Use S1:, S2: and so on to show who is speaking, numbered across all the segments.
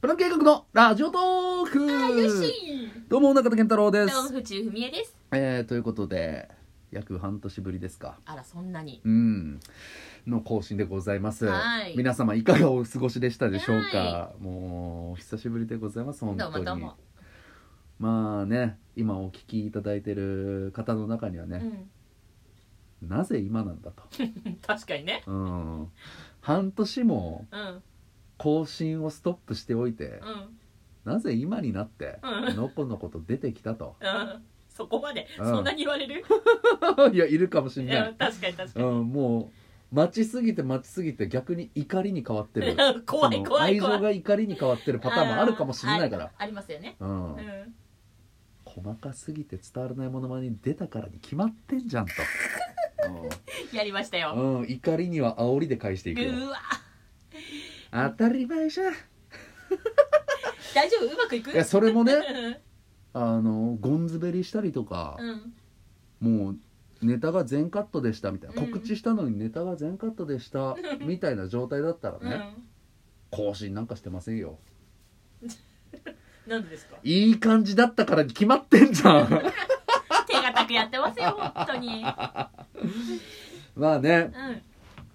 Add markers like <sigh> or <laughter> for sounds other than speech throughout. S1: プラン計画のラジオトーク
S2: よし
S1: どうも中田健太郎で
S2: どうも
S1: す、
S2: 府中文江です
S1: えー、ということで約半年ぶりですか
S2: あらそんなに
S1: うんの更新でございます
S2: はい
S1: 皆様いかがお過ごしでしたでしょうか
S2: は
S1: もうお久しぶりでございます本
S2: どう
S1: 当
S2: も
S1: に
S2: どうも
S1: まあね今お聞きいただいてる方の中には
S2: う
S1: ね、
S2: ん
S1: なぜ今なんだと、
S2: <laughs> 確かにね
S1: うん、半年も
S2: うん
S1: 更新をストップしておいて
S2: う、ん
S1: なぜ今になって
S2: うん
S1: のこのこと出てきたと
S2: うんそこまで
S1: うん
S2: そんなに言われる
S1: いやいるかもし
S2: い
S1: んな
S2: や
S1: い、
S2: 確かに確か
S1: うん、もう待ちすぎて待ちすぎて逆に怒りに変わってる
S2: に <laughs> 怖い
S1: その
S2: 怖い怖い
S1: 愛情が怒りに変わってるパターンもあるかもしれないから
S2: <laughs> あ、ーありますよね
S1: うん
S2: うん
S1: 細かすぎて伝わらないものまねに出たからに決まってん
S2: <laughs>
S1: じゃんと、
S2: やりました
S1: う
S2: よ
S1: んうん怒りには煽りで返していうくよ
S2: ーわ
S1: 当たり前じゃんい
S2: 大丈夫うまくいく
S1: やそれ
S2: <laughs>
S1: もね
S2: うん
S1: あのゴンズベリしたりとか、
S2: うん
S1: もうネタが全カットでしたみたいな、
S2: うん
S1: 告知したのにネタが全カットでしたみたいな状態だったら
S2: う
S1: ね、
S2: ん
S1: 更新なんかしてませんよ
S2: なんでですか
S1: いい感じだったからに決まってんじゃん <laughs>
S2: 手堅くやってますよ本当に
S1: まあね、
S2: うん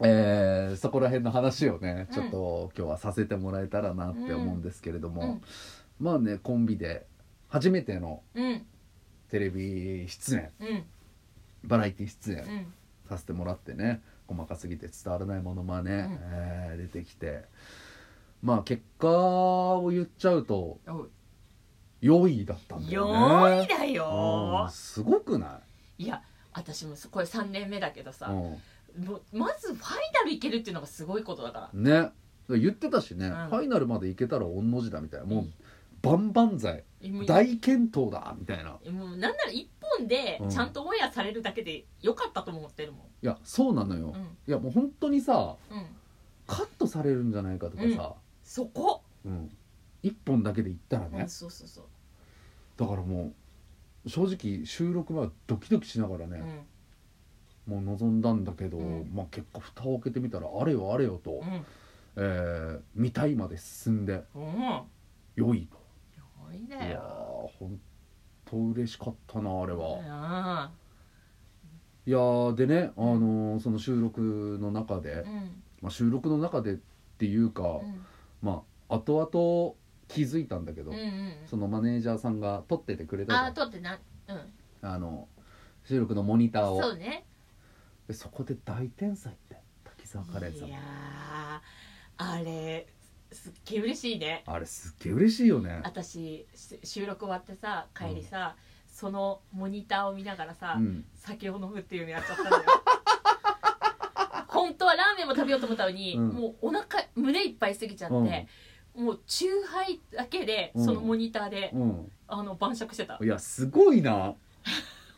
S1: えーそこら辺の話をね
S2: うん
S1: ちょっと今日はさせてもらえたらなって思うんですけれども、
S2: うん
S1: まあねコンビで初めての
S2: うん
S1: テレビ出演
S2: うん
S1: バラエティ出
S2: う
S1: 演
S2: ん
S1: させてもらってね細かすぎて伝わらないものまね、
S2: ん
S1: えー出てきてまあ結果を言っちゃうと
S2: お
S1: 4位だったんだ
S2: よ
S1: よね
S2: ーいだ
S1: う
S2: よ
S1: んすごくない
S2: いや私もそこれ3年目だけどさ、
S1: うん
S2: もうまずファイナルいけるっていうのがすごいことだから
S1: ね言ってたしね、
S2: ん
S1: ファイナルまで行けたら御の字だみたいなもう万々歳
S2: もう
S1: 大健闘だみたいな
S2: もうなんなら1本で
S1: うん
S2: ちゃんとオンエアされるだけでよかったと思ってるもん
S1: いやそうなのよ、
S2: うん
S1: いやもう本当にさ
S2: うん
S1: カットされるんじゃないかとかさ、
S2: そこ、
S1: うん一本だけで行ったら
S2: う
S1: ね
S2: ん、そうそうそう、
S1: だからもう正直収録前はドキドキしながら
S2: うん
S1: ね、もう望んだんだけど、
S2: うん
S1: まあ、結果蓋を開けてみたらあれよあれよと、
S2: うん
S1: えー見たいまで進んで
S2: うん
S1: 良いと
S2: すごい
S1: い
S2: だ
S1: やー
S2: よ
S1: 本当嬉しかったなあれは。
S2: はい
S1: やーでね、あのーその収録の中で
S2: う、ん
S1: まあ、収録の中でっていうか、
S2: うん
S1: まあ後々気づいたんだけど、
S2: うんうん
S1: そのマネージャーさんが撮っててくれたじゃん
S2: あー撮ってなうん
S1: あの収録のモニターを
S2: そ
S1: そう
S2: ね
S1: でそこで大天才って滝沢カレンさん
S2: いやーあれすっげえ嬉しいね
S1: あれすっげえ嬉しいよね
S2: 私し収録終わってさ帰りさ、そのモニターを見ながらさ、
S1: うん
S2: 酒を飲むっていうのやっちゃったの
S1: <laughs>
S2: よ本当はラーメンも食べようと思ったのに、
S1: うん
S2: もうお腹胸いっぱいすぎちゃって、もうチューハイだけで
S1: うん
S2: そのモニターで、
S1: うん
S2: あの晩酌してた
S1: いやすごい
S2: <laughs>
S1: な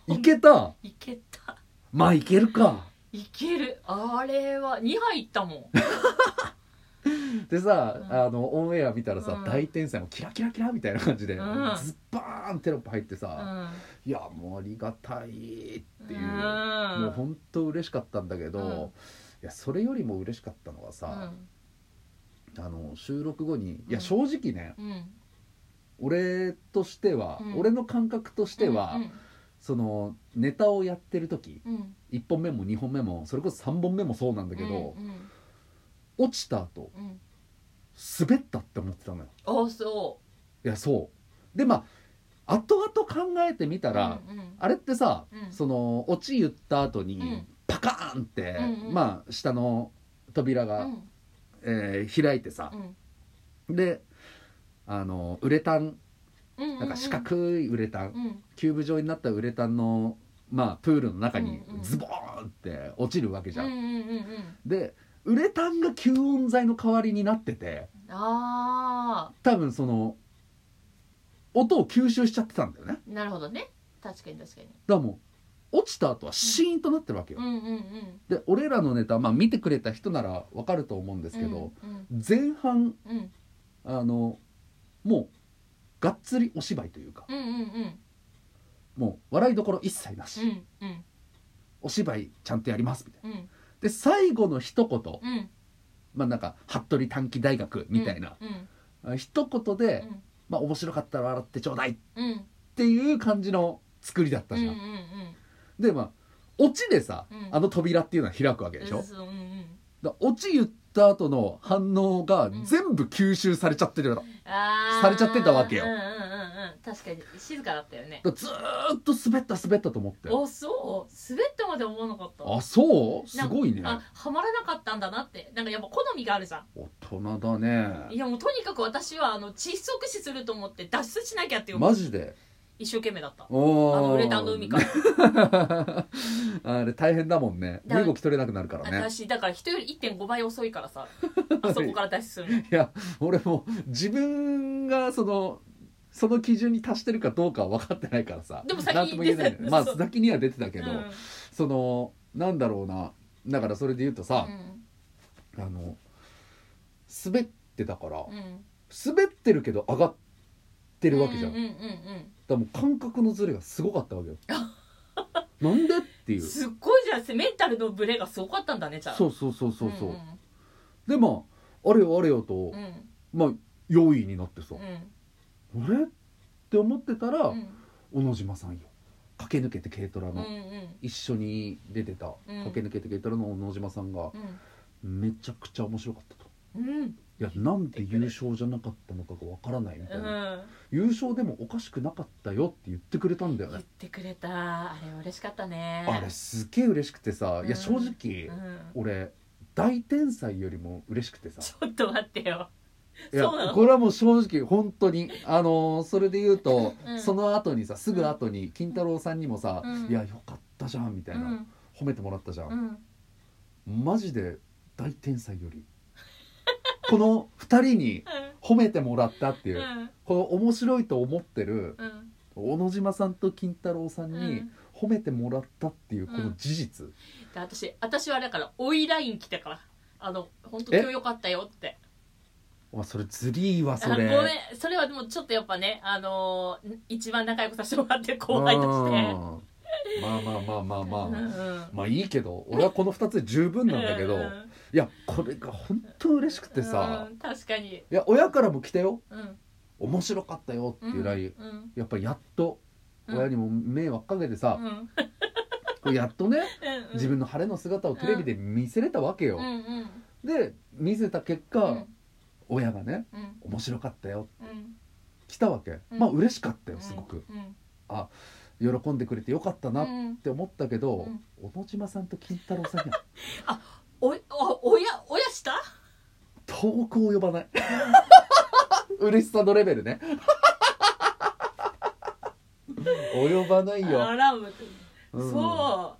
S1: いけた
S2: いけた
S1: まあいけるか
S2: いけるあれは2杯いったもん
S1: でさ、
S2: うん
S1: あのオンエア見たらさ、
S2: うん
S1: 大天才もキラキラキラみたいな感じで、
S2: うん
S1: ズッバーンテロップ入って
S2: う
S1: さ、
S2: ん
S1: いやもうありがたいっていう、
S2: ん
S1: もうほんと嬉しかったんだけど、
S2: うん
S1: いやそれよりも嬉しかったのは
S2: う
S1: さ、
S2: ん
S1: あの収録後にいや
S2: うん
S1: 正直ね、
S2: うん
S1: 俺としては、
S2: うん
S1: 俺の感覚としては、
S2: うん
S1: そのネタをやってる時
S2: うん
S1: 1本目も2本目もそれこそ3本目もそうなんだけど
S2: う、ん
S1: 落ちた後
S2: うんうん
S1: 滑ったって思ってたのよ
S2: ああそ
S1: いやそうでまあ後々考えてみた
S2: う
S1: ら、
S2: うんうん
S1: あれってさ、
S2: うん
S1: その落ち言った後に、
S2: うん
S1: パカーンって、
S2: うんうん
S1: まあ下の扉が、
S2: うん
S1: えー開いてさ
S2: う、ん
S1: であのウレタン
S2: うう
S1: なんか四角いウレタン、
S2: うん
S1: キューブ状になったウレタンの、まあ、プールの中に
S2: うんうん
S1: ズボーンって落ちるわけじゃん。
S2: うんうんうんうん
S1: でウレタンが吸音材の代わりになってて
S2: あ
S1: 多分その音を吸収しちゃってたんだよねだか
S2: あなるほどね確かに確かに
S1: らもう落ちた後はシーンとなってるわけ
S2: う
S1: よ、
S2: んうんうん
S1: で俺らのネタ、まあ、見てくれた人ならわかると思うんですけど、
S2: うん
S1: 前半
S2: うん
S1: あのもうがっつりお芝居というか
S2: うんうんうん
S1: もう笑いどころ一切なし、
S2: うんうん
S1: お芝居ちゃんとやりますみたいな
S2: うんうん
S1: で最後の一言、
S2: うん
S1: まあなんか服部短期大学みたいな
S2: うん
S1: あ一言で、
S2: うん
S1: まあ面白かったら笑ってちょうだいっ
S2: うん
S1: ていう感じの作りだった
S2: うんう
S1: じ
S2: ん
S1: ゃん、でまあオチでさ、
S2: うん
S1: あの扉っていうのは開くわけでしょ、
S2: うんそううんうん
S1: だオチ言った後の反応が
S2: ん
S1: 全部吸収されちゃってるの、だか
S2: あー
S1: されちゃってたわけよ
S2: うんうんうんうん確かに静かだったよね
S1: らずーっと滑った滑ったと思って
S2: おそう滑ったまで思わなかった
S1: あそうすごいね
S2: あはまらなかったんだなってなんかやっぱ好みがあるじゃ
S1: 大人だね
S2: んいやもうとにかく私はあの窒息死すると思って脱出しなきゃっていう、
S1: マジで
S2: 一生懸命だった
S1: お
S2: あ
S1: ー
S2: のウレタンの海か
S1: <laughs> あれ大変だもんね
S2: だ
S1: 身動き取れなくなるからね
S2: 私だから人より1.5倍遅いか
S1: <laughs>
S2: らさあそこから脱出するの
S1: いや俺も自分がそのその基準に達してるかどうかは分かってないからさ
S2: でも先に
S1: なんとも言えないんだよね
S2: 出て
S1: まあ
S2: そう
S1: 先には出てたけど、
S2: うん
S1: そのなんだろうなだからそれで言うとさ、あの滑ってたから、
S2: うんうん
S1: 滑ってるけど上がってるわけじゃん、
S2: うんうん
S1: だからもう感覚のズレがすごかったわけよなんでってい
S2: うん
S1: う
S2: すっごいじゃんメンタルのブレがすごかったんだねじゃあ
S1: そうそうそうそうそう、
S2: ん
S1: でまああれよあれよと、
S2: うん
S1: まあ4位になってさ
S2: う、ん
S1: あれって思ってたら、
S2: うん
S1: 小野島さんよ駆け抜けて軽トラ
S2: うんう
S1: の、
S2: んうん
S1: 一緒に出てた、
S2: うん
S1: 駆け抜けて軽トラの小野島さんが、めちゃくちゃ面白かったと。
S2: うん
S1: いやなんで優勝じゃなかったのかがわからないみた
S2: う
S1: いな、
S2: ん
S1: 優勝でもおかしくなかったよって言ってくれたんだよ
S2: 言っ
S1: ね、
S2: てくれたあれ嬉しかったね
S1: あれすげえ嬉しくてさ、いや正直、
S2: うん
S1: 俺大天才よりも嬉しくて
S2: <laughs>
S1: さ
S2: ちょっと待ってよ
S1: いや
S2: そうなの
S1: これはもう正直本当にあのーそれで言うと、
S2: うん
S1: その後にさすぐ後に金太郎さんにもさ「
S2: うん
S1: いやよかったじゃん」みたいな、
S2: うん
S1: 褒めてもらったじゃ、
S2: うんん
S1: マジで大天才よりこの2人に褒めてもらったっていうう、
S2: ん
S1: この面白いと思ってる
S2: うん
S1: 小野島さんと金太郎さん
S2: う
S1: に
S2: ん
S1: 褒めてもらったっていうこ
S2: う
S1: の
S2: ん
S1: 事実、
S2: で私私はだから追いライン来たからあの本当
S1: え
S2: 今日良かったよって
S1: お前それずりーわ
S2: あ
S1: そ
S2: <laughs> ごめ
S1: れ
S2: んそれはでもちょっとやっぱねあのー一番仲良くさせてもらってる後輩とし
S1: うん
S2: て
S1: まあまあまあまあまあ、
S2: うん
S1: まあいいけど俺はこの2つで十分なんだけど、
S2: う
S1: いやこれが本当嬉しくてさ、
S2: うん確かに
S1: いや親からも来たよ
S2: うん
S1: 面白かったよっていう LINE、
S2: うん
S1: やっぱやっと
S2: うん
S1: 親にも迷惑かけてさ
S2: う、ん
S1: これやっとね
S2: うん
S1: 自分の晴れの姿をテレビで見せれたわけよ
S2: うん、うん
S1: で見せた結果、
S2: うん
S1: 親がね
S2: うん
S1: 面白かったよ
S2: うん
S1: 来たわけ、
S2: うん
S1: まあ嬉しかったよすごく、
S2: うん
S1: 喜んでくれてよかったな
S2: う
S1: っ
S2: ん
S1: て思ったけど、
S2: うん
S1: 小野島さんと金太郎さんには
S2: おいおおやおやした
S1: 遠くを呼ばない嬉しさのレベル
S2: <laughs>
S1: ね及ばないよ、
S2: アラーム
S1: うん、
S2: そ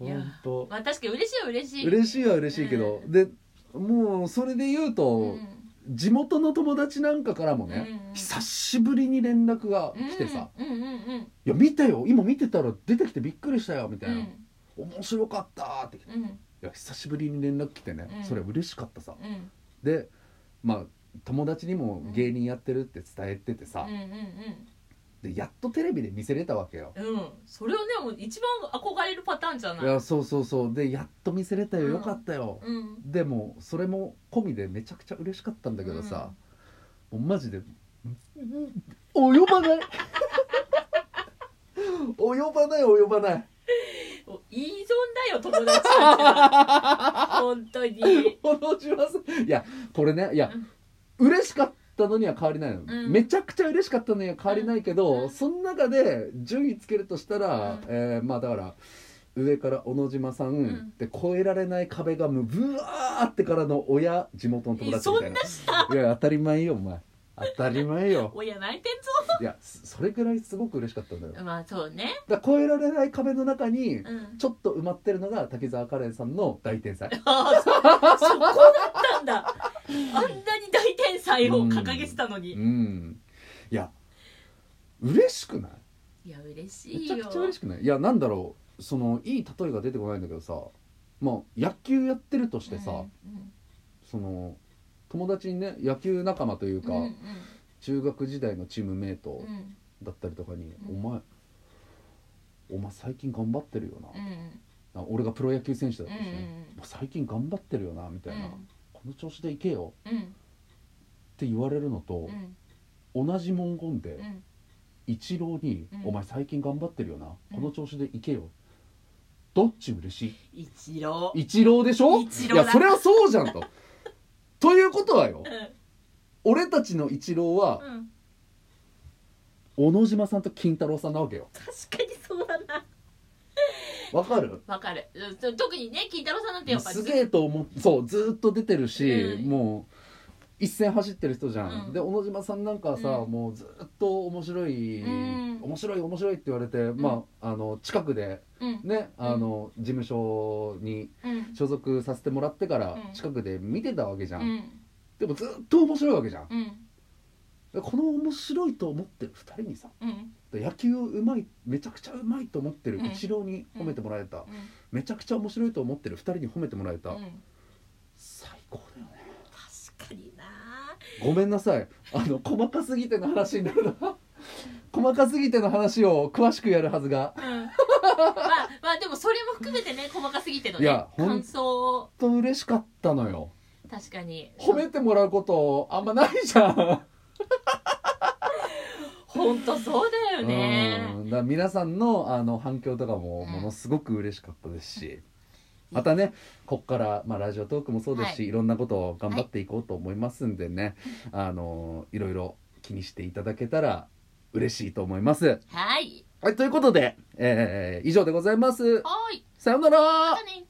S2: ういや
S1: 本当
S2: うまあ確かに嬉しいは嬉しい
S1: 嬉しいは嬉しいけど、
S2: う
S1: でもうそれで言うと、
S2: うん
S1: 地元の友達なんかからもね、
S2: うん
S1: 久しぶりに連絡が来てさ、
S2: うんうんうん
S1: いや見たよ今見てたら出てきてびっくりしたよみた
S2: う
S1: いな、
S2: ん
S1: 面白かったーって来てい
S2: うん
S1: や久しぶりに連絡来てね、
S2: うん
S1: それ嬉しかったさ
S2: うん
S1: でまあ友達にも芸人やってるって伝えててさ
S2: うん、うん
S1: でやっとテレビで見せれたわけよ、
S2: うんうんそれをねもう一番憧れるパターンじゃない
S1: いやそうそうそうでやっと見せれたよ、
S2: うん
S1: よかったよ、
S2: うん
S1: でもそれも込みでめちゃくちゃ嬉しかったんだけどさ、もうマジで及ばない及ばない及ばない
S2: お依存だよ友達たちは本当に
S1: この島さんいやこれねいや、嬉しかったのには変わりないの、
S2: うん
S1: めちゃくちゃ嬉しかったのには変わりないけど、
S2: うん
S1: その中で順位つけるとしたら、
S2: うん
S1: えーまあだから上から小野島さん、
S2: ん
S1: で越えられない壁がもうブワーってからの親地元の友達みたいな
S2: えそんなした
S1: いや当たり前よお前当たり前よ
S2: 親泣いてん
S1: いやそそれぐらいすごく嬉しかったんだよ
S2: ぞまあそうね
S1: だから越えられない壁の中に
S2: うん
S1: ちょっと埋まってるのが滝沢カレンさんの大天才
S2: ああそそこだったんだあんなに大天才を掲げてたのに、
S1: うんいや嬉しくない
S2: いや嬉し
S1: め
S2: い
S1: ち
S2: よ
S1: ゃくちゃ嬉しくないいやなんだろうそのいい例えが出てこないんだけどさまあ野球やってるとしてさ、
S2: うん
S1: その友達にね野球仲間という
S2: うん
S1: か、
S2: うん
S1: 中学時代のチームメイト
S2: うんうん
S1: だったりとかに「
S2: うん
S1: お前お前最近頑張ってるよな」
S2: うん
S1: あ俺がプロ野球選手だっ
S2: うん
S1: たしね、もう最近頑張ってるよなみたいな、
S2: うん
S1: この調子でいけよ
S2: うん
S1: って言われるのと
S2: う、ん
S1: 同じ文言で、
S2: うん
S1: 一郎に、
S2: うん
S1: お前最近頑張ってるよな、
S2: うん
S1: この調子でいけよ」どっち嬉しい
S2: 一郎
S1: 一郎でしょ
S2: 一
S1: い
S2: 郎だ
S1: やそれはそうじゃんと。 <laughs> ということはよ
S2: うん
S1: 俺たちの一郎は
S2: うん
S1: 小野島さんと金太郎さんなわけよ。
S2: 確かにそうだな
S1: わかる
S2: わかるうんと特にね金太郎さんなんてやっぱり
S1: すげえと思ってそうずーっと出てるし、
S2: うん
S1: もう一線走ってる人じゃん、
S2: うん
S1: で小野島さんなんかはさ、
S2: うん
S1: もうずーっと面白い、
S2: うん
S1: 面白い面白いって言われて、まああの近くで
S2: うん
S1: ねあの事務所に
S2: うん
S1: 所属させてもらってから
S2: うん
S1: 近くで見てたわけじゃん、
S2: うん
S1: でもずーっと面白いわけじゃん
S2: うん
S1: でこの面白いと思ってる2人にさ
S2: うん
S1: 野球うまいめちゃくちゃうまいと思ってる
S2: うん
S1: 一郎に褒めてもらえた、
S2: うん
S1: めちゃくちゃ面白いと思ってる2人に褒めてもらえた、
S2: うん
S1: 最高だよね
S2: 確かにな
S1: ごめんなさいあの細かすぎての話になるな <laughs> 細かすぎての話を詳しくやるはずが
S2: うんまあまあでもそれも含めてね細かすぎての
S1: い
S2: ね
S1: やほん
S2: 感想を
S1: ほんと嬉しかったのよ
S2: 確かに
S1: 褒めてもらうことあんまないじゃん
S2: 本当そうだよね
S1: うんだから皆さんのあの反響とかも
S2: うん
S1: ものすごく嬉しかったですし、またねこっから、まあ、ラジオトークもそうですし、い、ろんなことを頑張っていこうと思いますんでね、あのいろいろ気にしていただけたら嬉しいと思います。
S2: はい
S1: はい、ということで、えー以上でございます。
S2: はい
S1: さようなら
S2: またね